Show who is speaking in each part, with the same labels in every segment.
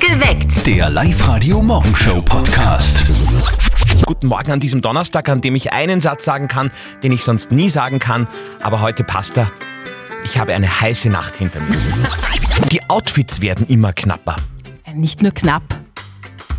Speaker 1: Geweckt.
Speaker 2: Der Live-Radio-Morgenshow-Podcast.
Speaker 3: Guten Morgen an diesem Donnerstag, an dem ich einen Satz sagen kann, den ich sonst nie sagen kann, aber heute passt er. Ich habe eine heiße Nacht hinter mir. Die Outfits werden immer knapper.
Speaker 4: Äh, Nicht nur knapp.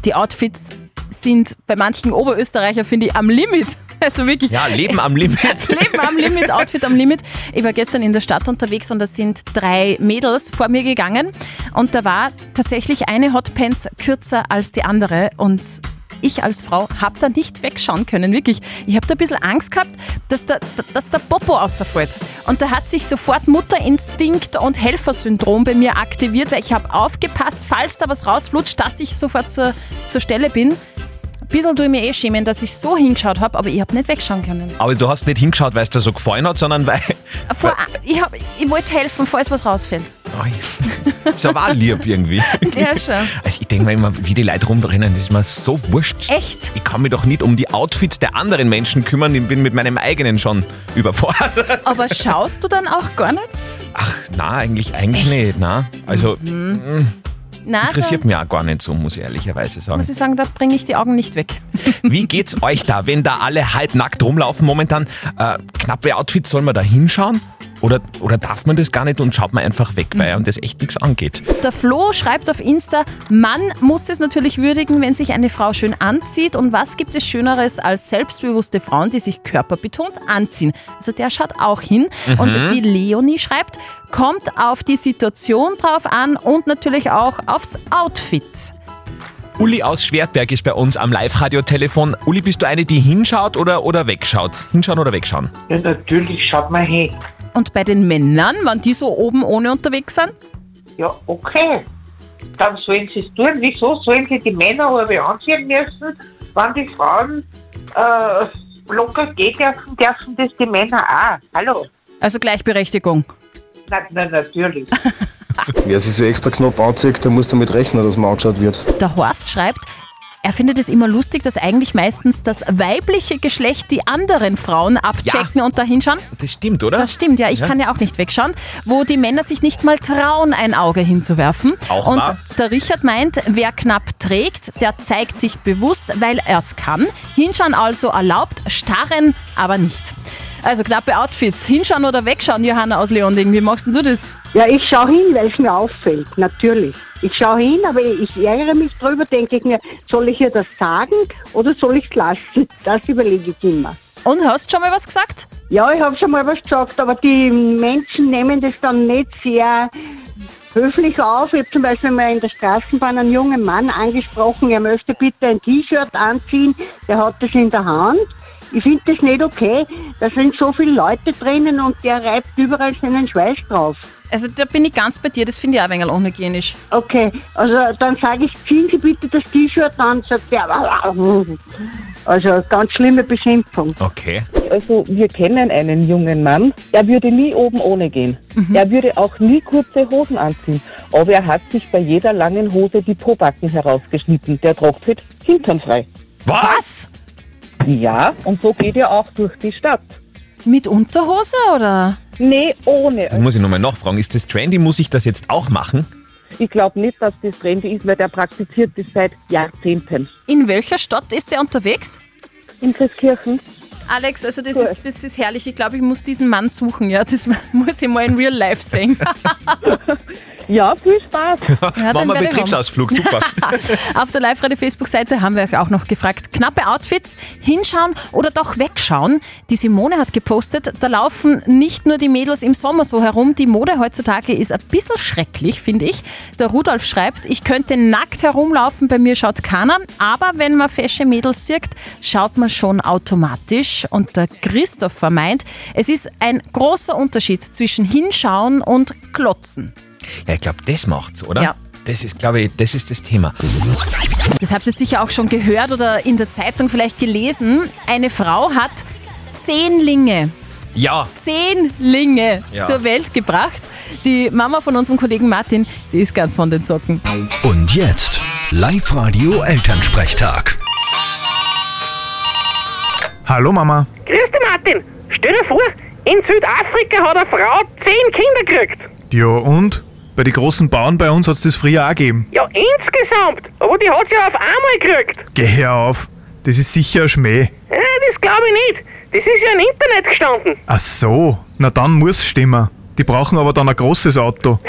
Speaker 4: Die Outfits sind bei manchen Oberösterreicher, finde ich, am Limit. Also wirklich.
Speaker 3: Ja, Leben am Limit.
Speaker 4: Leben am Limit, Outfit am Limit. Ich war gestern in der Stadt unterwegs und da sind drei Mädels vor mir gegangen und da war tatsächlich eine Hotpants kürzer als die andere und ich als Frau habe da nicht wegschauen können, wirklich. Ich habe da ein bisschen Angst gehabt, dass der, dass der Popo rausfällt. Und da hat sich sofort Mutterinstinkt und Helfersyndrom bei mir aktiviert, weil ich habe aufgepasst, falls da was rausflutscht, dass ich sofort zur, zur Stelle bin. Ein bisschen tue ich mir eh schämen, dass ich so hingeschaut habe, aber ich habe nicht wegschauen können.
Speaker 3: Aber du hast nicht hingeschaut, weil es dir so gefallen hat, sondern weil...
Speaker 4: Vor, ich, hab, ich wollte helfen, falls was rausfällt.
Speaker 3: Oi. So war lieb irgendwie.
Speaker 4: Ja, schon.
Speaker 3: Also ich denke mir immer, wie die Leute rumrennen, das ist mir so wurscht.
Speaker 4: Echt?
Speaker 3: Ich kann mich doch nicht um die Outfits der anderen Menschen kümmern, ich bin mit meinem eigenen schon überfordert.
Speaker 4: Aber schaust du dann auch gar nicht?
Speaker 3: Ach, na, eigentlich, eigentlich
Speaker 4: Echt?
Speaker 3: nicht. Na. Also
Speaker 4: Nein,
Speaker 3: interessiert
Speaker 4: da,
Speaker 3: mich auch gar nicht so, muss ich ehrlicherweise sagen.
Speaker 4: muss ich sagen, da bringe ich die Augen nicht weg.
Speaker 3: Wie geht's euch da, wenn da alle halbnackt rumlaufen momentan? Äh, knappe Outfits, soll man da hinschauen? Oder, oder darf man das gar nicht und schaut man einfach weg,
Speaker 4: Mhm.
Speaker 3: weil einem das echt nichts angeht?
Speaker 4: Der Flo schreibt auf Insta, Mann muss es natürlich würdigen, wenn sich eine Frau schön anzieht. Und was gibt es Schöneres als selbstbewusste Frauen, die sich körperbetont anziehen? Also der schaut auch hin. Und
Speaker 3: Mhm.
Speaker 4: die Leonie schreibt, kommt auf die Situation drauf an und natürlich auch aufs Outfit.
Speaker 3: Uli aus Schwertberg ist bei uns am Live-Radio-Telefon. Uli, bist du eine, die hinschaut oder, oder wegschaut? Hinschauen oder wegschauen?
Speaker 5: Ja, natürlich schaut man hin.
Speaker 4: Und bei den Männern, wenn die so oben ohne unterwegs sind,
Speaker 5: Ja, okay. Dann sollen sie es tun. Wieso sollen sie die Männer aber anziehen müssen, wenn die Frauen äh, locker gehen dürfen, dürfen das die Männer auch. Hallo?
Speaker 4: also Gleichberechtigung.
Speaker 5: Na, na natürlich.
Speaker 6: Wer sich so extra knapp anzieht, der muss damit rechnen, dass man angeschaut wird.
Speaker 4: Der Horst schreibt, er findet es immer lustig, dass eigentlich meistens das weibliche Geschlecht die anderen Frauen abchecken und da hinschauen.
Speaker 3: Das stimmt, oder?
Speaker 4: Das stimmt, ja, ich
Speaker 3: Ja.
Speaker 4: kann ja auch nicht wegschauen, wo die Männer sich nicht mal trauen, ein Auge hinzuwerfen.
Speaker 3: Auch
Speaker 4: und
Speaker 3: wahr.
Speaker 4: der Richard meint, wer knapp trägt, der zeigt sich bewusst, weil er es kann. Hinschauen also erlaubt, starren aber nicht. Also knappe Outfits, hinschauen oder wegschauen, Johanna aus Leonding, wie machst denn du das?
Speaker 7: Ja, ich schaue hin, weil es mir auffällt, natürlich. Ich schaue hin, aber ich ärgere mich drüber, denke ich mir, soll ich ihr das sagen oder soll ich es lassen? Das überlege ich immer.
Speaker 4: Und hast schon mal was gesagt?
Speaker 7: Ja, ich habe schon mal was gesagt, aber die Menschen nehmen das dann nicht sehr höflich auf. Ich habe zum Beispiel mal in der Straßenbahn einen jungen Mann angesprochen, er möchte bitte ein T-Shirt anziehen, der hat das in der Hand. Ich finde das nicht okay, da sind so viele Leute drinnen und der reibt überall seinen Schweiß drauf.
Speaker 4: Also da bin ich ganz bei dir, das finde ich auch ein wenig unhygienisch.
Speaker 7: Okay, also dann sage ich, ziehen Sie bitte das T-Shirt an, sagt er. Also ganz schlimme Beschimpfung.
Speaker 3: Okay.
Speaker 8: Also wir kennen einen jungen Mann, der würde nie oben ohne gehen. Er würde auch nie kurze Hosen anziehen. Aber er hat sich bei jeder langen Hose die Pobacken herausgeschnitten. Der tragt halt hinternfrei.
Speaker 3: Was?
Speaker 8: Ja, und so geht er auch durch die Stadt.
Speaker 4: Mit Unterhose oder?
Speaker 8: Nee, ohne.
Speaker 3: Das muss ich nochmal nachfragen. Ist das trendy? Muss ich das jetzt auch machen?
Speaker 8: Ich glaube nicht, dass das trendy ist, weil der praktiziert das seit Jahrzehnten.
Speaker 4: In welcher Stadt ist der unterwegs?
Speaker 8: In Christkirchen?
Speaker 4: Alex, also das ist, das ist herrlich. Ich glaube, ich muss diesen Mann suchen. Ja, das muss ich mal in Real Life sehen.
Speaker 8: Ja, viel Spaß.
Speaker 4: Ja,
Speaker 3: Machen wir
Speaker 4: werde ich
Speaker 3: Betriebsausflug, super.
Speaker 4: haben. Auf der Live-Radio-Facebook-Seite haben wir euch auch noch gefragt, knappe Outfits, hinschauen oder doch wegschauen. Die Simone hat gepostet, da laufen nicht nur die Mädels im Sommer so herum. Die Mode heutzutage ist ein bisschen schrecklich, finde ich. Der Rudolf schreibt, ich könnte nackt herumlaufen, bei mir schaut keiner. Aber wenn man fesche Mädels sieht, schaut man schon automatisch. Und der Christopher meint, es ist ein großer Unterschied zwischen hinschauen und klotzen.
Speaker 3: ja, ich glaube, das macht's, oder?
Speaker 4: Ja.
Speaker 3: Das ist, glaube ich, das ist das Thema.
Speaker 4: Das habt ihr sicher auch schon gehört oder in der Zeitung vielleicht gelesen. Eine Frau hat Zehnlinge,
Speaker 3: Ja,
Speaker 4: Zehnlinge
Speaker 3: Ja.
Speaker 4: zur Welt gebracht. Die Mama von unserem Kollegen Martin, die ist ganz von den Socken.
Speaker 2: Und jetzt Live-Radio Elternsprechtag.
Speaker 9: Hallo Mama.
Speaker 10: Grüß dich, Martin. Stell dir vor, in Südafrika hat eine Frau zehn Kinder gekriegt.
Speaker 9: Ja und?
Speaker 1: Bei den großen Bauern bei uns hat es das früher auch gegeben.
Speaker 9: Ja, insgesamt. Aber die hat sie ja auf einmal gekriegt.
Speaker 1: Geh her auf, das ist sicher ein Schmäh.
Speaker 9: Äh, das glaube ich nicht. Das ist ja im Internet gestanden.
Speaker 1: Ach so, na dann muss stimmen. Die brauchen aber dann ein großes Auto.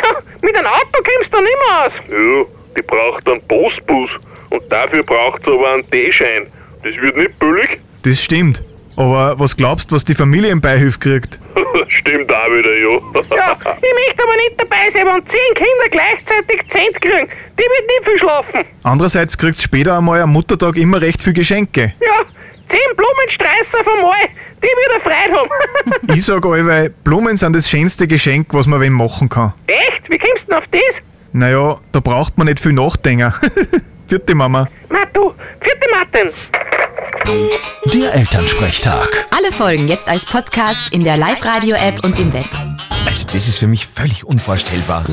Speaker 9: Mit einem Auto kommst du nicht mehr aus.
Speaker 10: Ja, die braucht einen Postbus und dafür braucht sie aber einen D-Schein. Das wird nicht billig.
Speaker 1: Das stimmt. Aber was glaubst was die Familienbeihilfe kriegt?
Speaker 10: Stimmt auch wieder, ja.
Speaker 9: Ja, ich möchte aber nicht dabei sein, wenn zehn Kinder gleichzeitig Cent kriegen. Die wird nicht viel schlafen.
Speaker 1: Andererseits kriegt später einmal am Muttertag immer recht viel Geschenke.
Speaker 9: Ja, zehn Blumenstreißer vom Mal. Die wird erfreut haben.
Speaker 1: Ich sag allweil, Blumen sind das schönste Geschenk, was man wem machen kann.
Speaker 9: Echt? Wie kommst du denn auf das?
Speaker 1: Naja, da braucht man nicht viel nachdenken. Vierte Mama.
Speaker 9: Na du, vierte Martin.
Speaker 2: Der Elternsprechtag.
Speaker 11: Alle Folgen jetzt als Podcast in der Live-Radio-App und im Web.
Speaker 3: Also das ist für mich völlig unvorstellbar.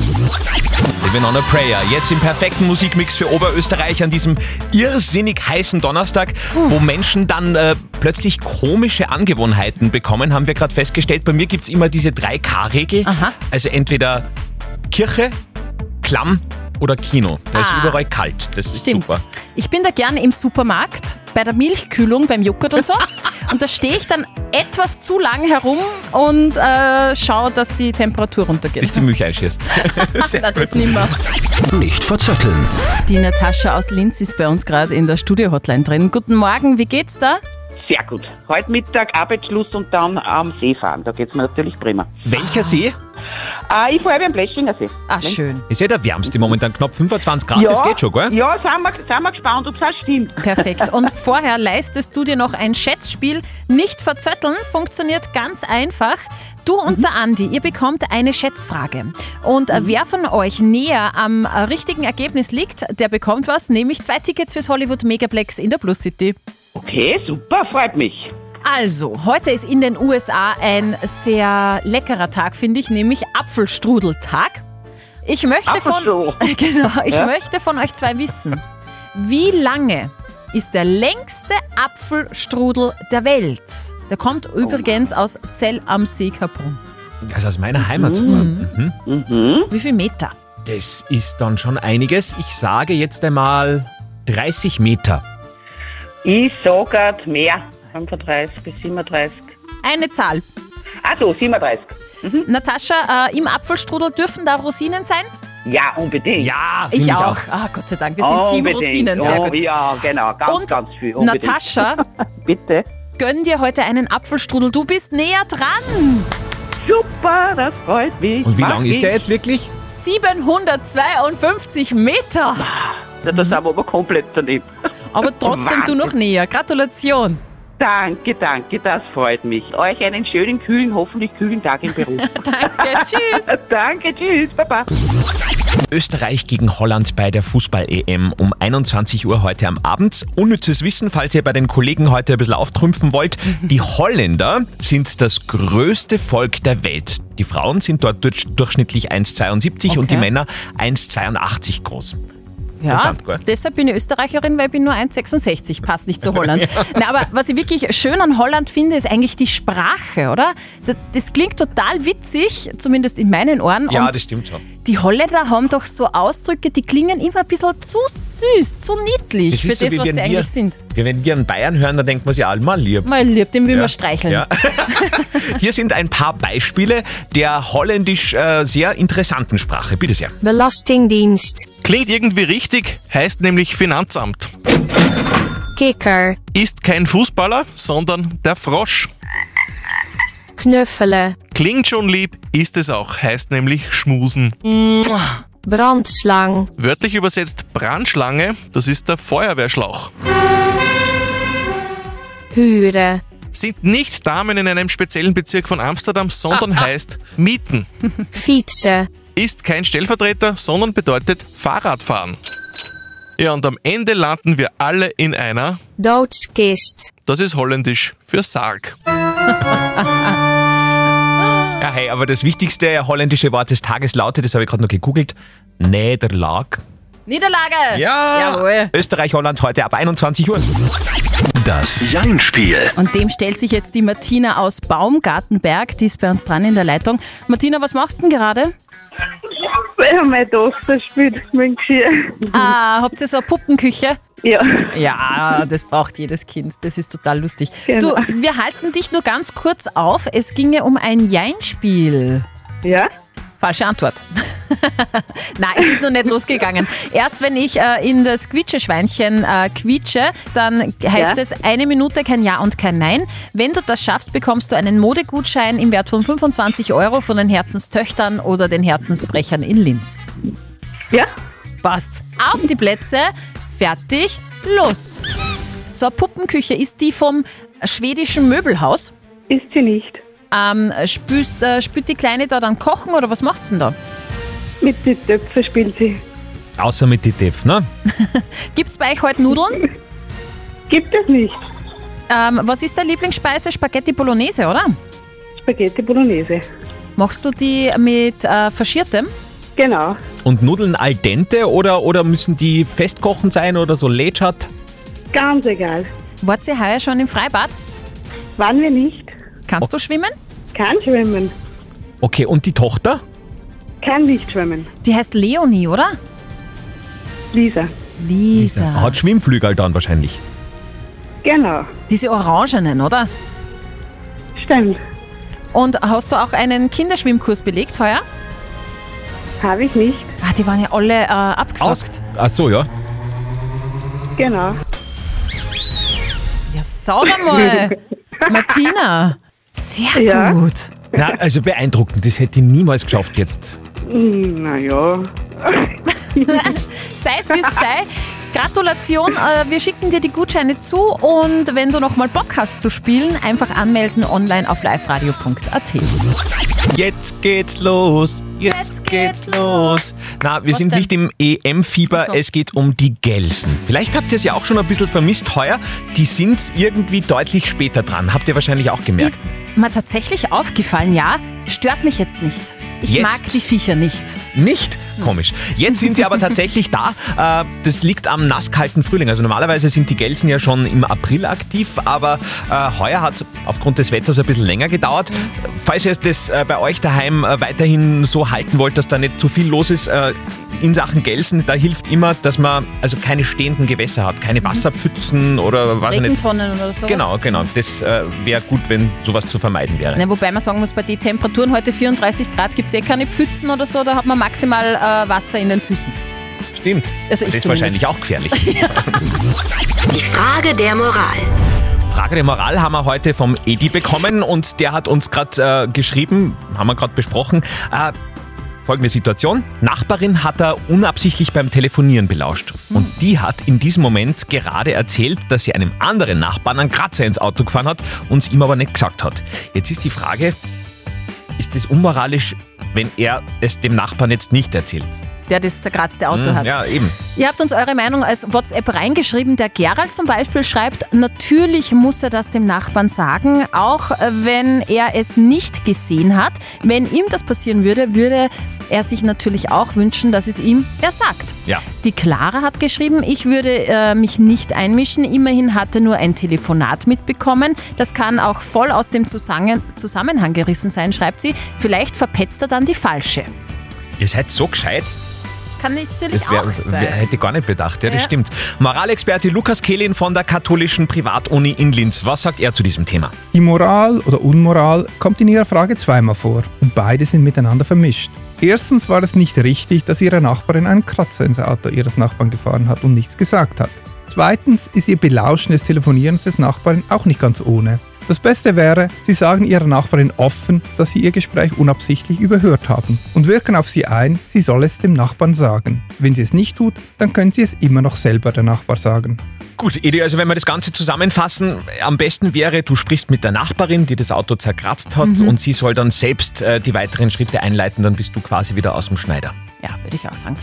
Speaker 3: Living on a Prayer, jetzt im perfekten Musikmix für Oberösterreich an diesem irrsinnig heißen Donnerstag, wo Menschen dann äh, plötzlich komische Angewohnheiten bekommen, haben wir gerade festgestellt. Bei mir gibt es immer diese 3K-Regel.
Speaker 4: Aha.
Speaker 3: Also entweder Kirche, Klamm oder Kino. Da ist
Speaker 4: Ah.
Speaker 3: überall kalt. Das ist
Speaker 4: Stimmt.
Speaker 3: super.
Speaker 4: Ich bin da gern im Supermarkt, bei der Milchkühlung, beim Joghurt und so. Und da stehe ich dann etwas zu lang herum und äh, schaue, dass die Temperatur runtergeht.
Speaker 3: Bis die Milch einschießt.
Speaker 4: Na, das nimmer.
Speaker 2: Nicht verzetteln.
Speaker 4: Die Natascha aus Linz ist bei uns gerade in der Studio-Hotline drin. Guten Morgen, wie geht's da?
Speaker 12: Sehr gut. Heute Mittag Arbeitsschluss und dann am See fahren. Da geht's mir natürlich prima.
Speaker 3: Welcher See?
Speaker 12: Äh, ich fahre beim Bleschinger See.
Speaker 4: Ah, schön.
Speaker 3: Ist ja der wärmste momentan. Knapp 25 Grad, das geht schon, gell?
Speaker 12: Ja, sind wir, sind wir gespannt, ob's auch stimmt.
Speaker 4: Perfekt. Und vorher leistest du dir noch ein Schätzspiel. Nicht verzötteln funktioniert ganz einfach. Du und der Andi, ihr bekommt eine Schätzfrage. Und äh, wer von euch näher am äh, richtigen Ergebnis liegt, der bekommt was, nämlich zwei Tickets fürs Hollywood Megaplex in der Plus City.
Speaker 12: Okay, super, freut mich.
Speaker 4: Also, heute ist in den USA ein sehr leckerer Tag, finde ich, nämlich Apfelstrudeltag. Ich möchte von,
Speaker 12: Apfelstrudel.
Speaker 4: genau, ich
Speaker 12: Ja.
Speaker 4: möchte von euch zwei wissen, wie lange ist der längste Apfelstrudel der Welt? Der kommt
Speaker 12: Oh
Speaker 4: übrigens aus Zell am See Kaprun.
Speaker 3: Also aus meiner Heimat. Mhm.
Speaker 4: Wie viel Meter?
Speaker 3: Das ist dann schon einiges. Ich sage jetzt einmal 30 Meter.
Speaker 12: Ich sag grad mehr. 35 bis 37.
Speaker 4: Eine Zahl.
Speaker 12: Also 37.
Speaker 4: Natascha, äh, im Apfelstrudel dürfen da Rosinen sein?
Speaker 12: Ja, unbedingt.
Speaker 3: Ja,
Speaker 4: Ich,
Speaker 3: finde ich
Speaker 4: auch.
Speaker 3: auch.
Speaker 4: Ah, Gott sei Dank, wir sind Team
Speaker 12: Unbedingt.
Speaker 4: Rosinen. Sehr
Speaker 12: oh,
Speaker 4: gut.
Speaker 12: Ja, genau, ganz,
Speaker 4: Und
Speaker 12: ganz viel. Unbedingt.
Speaker 4: Natascha,
Speaker 12: Bitte.
Speaker 4: gönn dir heute einen Apfelstrudel. Du bist näher dran.
Speaker 12: Super, das freut mich.
Speaker 3: Und wie
Speaker 12: Mach
Speaker 3: lang ist
Speaker 12: ich.
Speaker 3: der jetzt wirklich?
Speaker 4: 752 Meter.
Speaker 12: Ja, das sind wir aber komplett daneben.
Speaker 4: Aber trotzdem du noch näher. Gratulation.
Speaker 12: Danke, danke, das freut mich. Euch einen schönen, kühlen, hoffentlich kühlen Tag im Büro.
Speaker 4: Danke, tschüss.
Speaker 12: danke, tschüss, Baba.
Speaker 3: Österreich gegen Holland bei der Fußball-EM um 21 Uhr heute am Abend. Unnützes Wissen, falls ihr bei den Kollegen heute ein bisschen auftrümpfen wollt. Die Holländer sind das größte Volk der Welt. Die Frauen sind dort durch, durchschnittlich 1,72 und
Speaker 4: Okay.
Speaker 3: die Männer 1,82 groß.
Speaker 4: Ja,
Speaker 3: Interessant, gell?
Speaker 4: deshalb bin ich Österreicherin, weil ich bin nur 1,66, passt nicht zu Holland. Na, aber was ich wirklich schön an Holland finde, ist eigentlich die Sprache, oder? Das, das klingt total witzig, zumindest in meinen Ohren.
Speaker 3: Ja,
Speaker 4: Und
Speaker 3: das stimmt schon.
Speaker 4: die Holländer haben doch so Ausdrücke, die klingen immer ein bisschen zu süß, zu niedlich für das, was sie
Speaker 3: wenn
Speaker 4: eigentlich sind.
Speaker 3: Wie wenn wir in Bayern hören, dann denkt man sich allemal lieb.
Speaker 4: Mal lieb, den will
Speaker 3: Ja.
Speaker 4: man streicheln.
Speaker 3: Ja. Hier sind ein paar Beispiele der holländisch äh, sehr interessanten Sprache. Bitte sehr.
Speaker 13: Belastingdienst,
Speaker 10: Klingt irgendwie richtig, heißt nämlich Finanzamt.
Speaker 13: Kicker,
Speaker 10: Ist kein Fußballer, sondern der Frosch.
Speaker 13: Knuffelen,
Speaker 10: Klingt schon lieb, ist es auch, heißt nämlich Schmusen.
Speaker 13: Brandslang,
Speaker 10: Wörtlich übersetzt Brandschlange, das ist der Feuerwehrschlauch.
Speaker 13: Hure,
Speaker 10: Sind nicht Damen in einem speziellen Bezirk von Amsterdam, sondern heißt Mieten.
Speaker 13: Vize,
Speaker 10: Ist kein Stellvertreter, sondern bedeutet Fahrradfahren. Ja, und am Ende landen wir alle in einer,
Speaker 13: Doodskist,
Speaker 10: das ist holländisch für Sarg.
Speaker 3: Ja, hey, aber das wichtigste holländische Wort des Tages lautet, das habe ich gerade noch gegoogelt, Nederlag.
Speaker 4: Niederlage! Jawohl.
Speaker 3: Österreich, Holland heute ab 21 Uhr.
Speaker 2: Das Jein-Spiel.
Speaker 4: Und dem stellt sich jetzt die Martina aus Baumgartenberg, die ist bei uns dran in der Leitung. Martina, was machst du denn gerade?
Speaker 14: Weil meine Tochter spielt mit dem Geschirr.
Speaker 4: Ah, habt ihr so eine Puppenküche?
Speaker 14: Ja.
Speaker 4: Ja, das braucht jedes Kind. Das ist total lustig. Du, wir halten dich nur ganz kurz auf. Es ginge um ein Jein-Spiel.
Speaker 14: Ja?
Speaker 4: Falsche Antwort. Nein, es ist noch nicht losgegangen. Erst wenn ich äh, in das Quietscheschweinchen äh, quietsche, dann heißt
Speaker 14: Ja.
Speaker 4: es eine Minute kein Ja und kein Nein. Wenn du das schaffst, bekommst du einen Modegutschein im Wert von 25 Euro von den Herzenstöchtern oder den Herzensbrechern in Linz.
Speaker 14: Ja?
Speaker 4: Passt. Auf die Plätze, fertig, los. So eine Puppenküche ist die vom schwedischen Möbelhaus?
Speaker 14: Ist sie nicht.
Speaker 4: Ähm, spüßt, äh, spürt die Kleine da dann kochen oder was macht's denn da?
Speaker 14: Mit den Töpfen spielt sie.
Speaker 3: Außer mit die Dev, ne?
Speaker 4: Gibt's bei euch heute Nudeln?
Speaker 14: Gibt es nicht.
Speaker 4: Ähm, was ist deine Lieblingsspeise? Spaghetti Bolognese, oder?
Speaker 14: Spaghetti Bolognese.
Speaker 4: Machst du die mit äh, Faschiertem?
Speaker 14: Genau.
Speaker 3: Und Nudeln al dente oder, oder müssen die festkochend sein oder so lätschert?
Speaker 14: Ganz egal.
Speaker 4: Wart ihr heuer schon im Freibad?
Speaker 14: Waren wir nicht.
Speaker 4: Kannst du schwimmen?
Speaker 14: Kann schwimmen.
Speaker 3: Okay, und die Tochter?
Speaker 14: Kann nicht schwimmen.
Speaker 4: Die heißt Leonie, oder?
Speaker 14: Lisa.
Speaker 4: Lisa.
Speaker 3: Hat Schwimmflügel dann wahrscheinlich.
Speaker 14: Genau.
Speaker 4: Diese orangenen, oder?
Speaker 14: Stimmt.
Speaker 4: Und hast du auch einen Kinderschwimmkurs belegt heuer?
Speaker 14: Habe ich nicht.
Speaker 4: Ah, die waren ja alle äh, abgesagt.
Speaker 3: Ach so, ja.
Speaker 14: Genau.
Speaker 4: Ja, sau da mal. Martina, sehr gut.
Speaker 3: Na, also beeindruckend, das hätte ich niemals geschafft jetzt.
Speaker 14: Hm, Naja.
Speaker 4: Sei es wie es sei. Gratulation, äh, wir schicken dir die Gutscheine zu und wenn du nochmal Bock hast zu spielen, einfach anmelden online auf liveradio.at.
Speaker 3: Jetzt geht's los. Jetzt, geht's los. Na, wir
Speaker 4: Was
Speaker 3: sind
Speaker 4: denn?
Speaker 3: nicht im EM-Fieber,
Speaker 4: Ach so.
Speaker 3: es geht um die Gelsen. Vielleicht habt ihr es ja auch schon ein bisschen vermisst heuer. Die sind irgendwie deutlich später dran. Habt ihr wahrscheinlich auch gemerkt.
Speaker 4: Ist mir tatsächlich aufgefallen, ja. Stört mich jetzt nicht. Ich
Speaker 3: Jetzt? Also
Speaker 4: mag die Viecher nicht.
Speaker 3: Nicht? Komisch. Jetzt sind sie aber tatsächlich da. Äh, Das liegt am nasskalten Frühling. Also normalerweise sind die Gelsen ja schon im April aktiv, aber äh, heuer hat es aufgrund des Wetters ein bisschen länger gedauert. Falls ihr das äh, bei euch daheim äh, weiterhin so halten wollt, dass da nicht zu viel los ist, äh, in Sachen Gelsen, da hilft immer, dass man also keine stehenden Gewässer hat, keine Wasserpfützen oder was nicht.
Speaker 4: Regentonnen oder Mhm. sowas.
Speaker 3: Genau, genau. Das äh, wäre gut, wenn sowas zu vermeiden wäre.
Speaker 4: Na, Ne, wobei man sagen muss, bei den Temperaturen heute 34 Grad gibt es eh keine Pfützen oder so, da hat man maximal äh, Wasser in den Füßen.
Speaker 3: Stimmt.
Speaker 4: Also ich
Speaker 3: das ist
Speaker 4: zumindest.
Speaker 3: wahrscheinlich auch gefährlich.
Speaker 11: Die Frage der Moral.
Speaker 3: Frage der Moral haben wir heute vom Edi bekommen und der hat uns gerade äh, geschrieben, haben wir gerade besprochen. Äh, folgende Situation: Nachbarin hat er unabsichtlich beim Telefonieren belauscht. Und die hat in diesem Moment gerade erzählt, dass sie einem anderen Nachbarn einen Kratzer ins Auto gefahren hat und es ihm aber nicht gesagt hat. Jetzt ist die Frage: Ist es unmoralisch, wenn er es dem Nachbarn jetzt nicht erzählt?
Speaker 4: Der das zerkratzte Auto
Speaker 3: Hm,
Speaker 4: hat.
Speaker 3: Ja, eben.
Speaker 4: Ihr habt uns eure Meinung als WhatsApp reingeschrieben. Der Gerald zum Beispiel schreibt, natürlich muss er das dem Nachbarn sagen, auch äh, wenn er es nicht gesehen hat. Wenn ihm das passieren würde, würde er sich natürlich auch wünschen, dass es ihm er sagt.
Speaker 3: Ja.
Speaker 4: Die Clara hat geschrieben, ich würde äh, mich nicht einmischen. Immerhin hatte nur ein Telefonat mitbekommen. Das kann auch voll aus dem Zusangen- Zusammenhang gerissen sein, schreibt sie. Vielleicht verpetzt er dann die falsche.
Speaker 3: Ihr seid so gescheit.
Speaker 4: Das kann natürlich
Speaker 3: Das wär,
Speaker 4: auch sein.
Speaker 3: wär, hätte ich gar nicht bedacht, ja, das
Speaker 4: Ja.
Speaker 3: stimmt. Moralexperte Lukas Kehlin von der katholischen Privatuni in Linz. Was sagt er zu diesem Thema?
Speaker 15: Die Moral oder Unmoral kommt in Ihrer Frage zweimal vor und beide sind miteinander vermischt. Erstens war es nicht richtig, dass Ihre Nachbarin einen Kratzer ins Auto Ihres Nachbarn gefahren hat und nichts gesagt hat. Zweitens ist Ihr Belauschen des Telefonierens des Nachbarn auch nicht ganz ohne. Das Beste wäre, Sie sagen Ihrer Nachbarin offen, dass Sie Ihr Gespräch unabsichtlich überhört haben und wirken auf Sie ein, sie soll es dem Nachbarn sagen. Wenn sie es nicht tut, dann können Sie es immer noch selber der Nachbar sagen.
Speaker 3: Gut, Edi, also wenn wir das Ganze zusammenfassen, am besten wäre, du sprichst mit der Nachbarin, die das Auto zerkratzt hat
Speaker 4: Mhm.
Speaker 3: und sie soll dann selbst äh, die weiteren Schritte einleiten, dann bist du quasi wieder aus dem Schneider.
Speaker 4: Ja, würde ich auch sagen.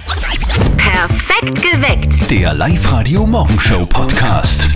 Speaker 11: Perfekt geweckt.
Speaker 2: Der Live-Radio Morgenshow Podcast.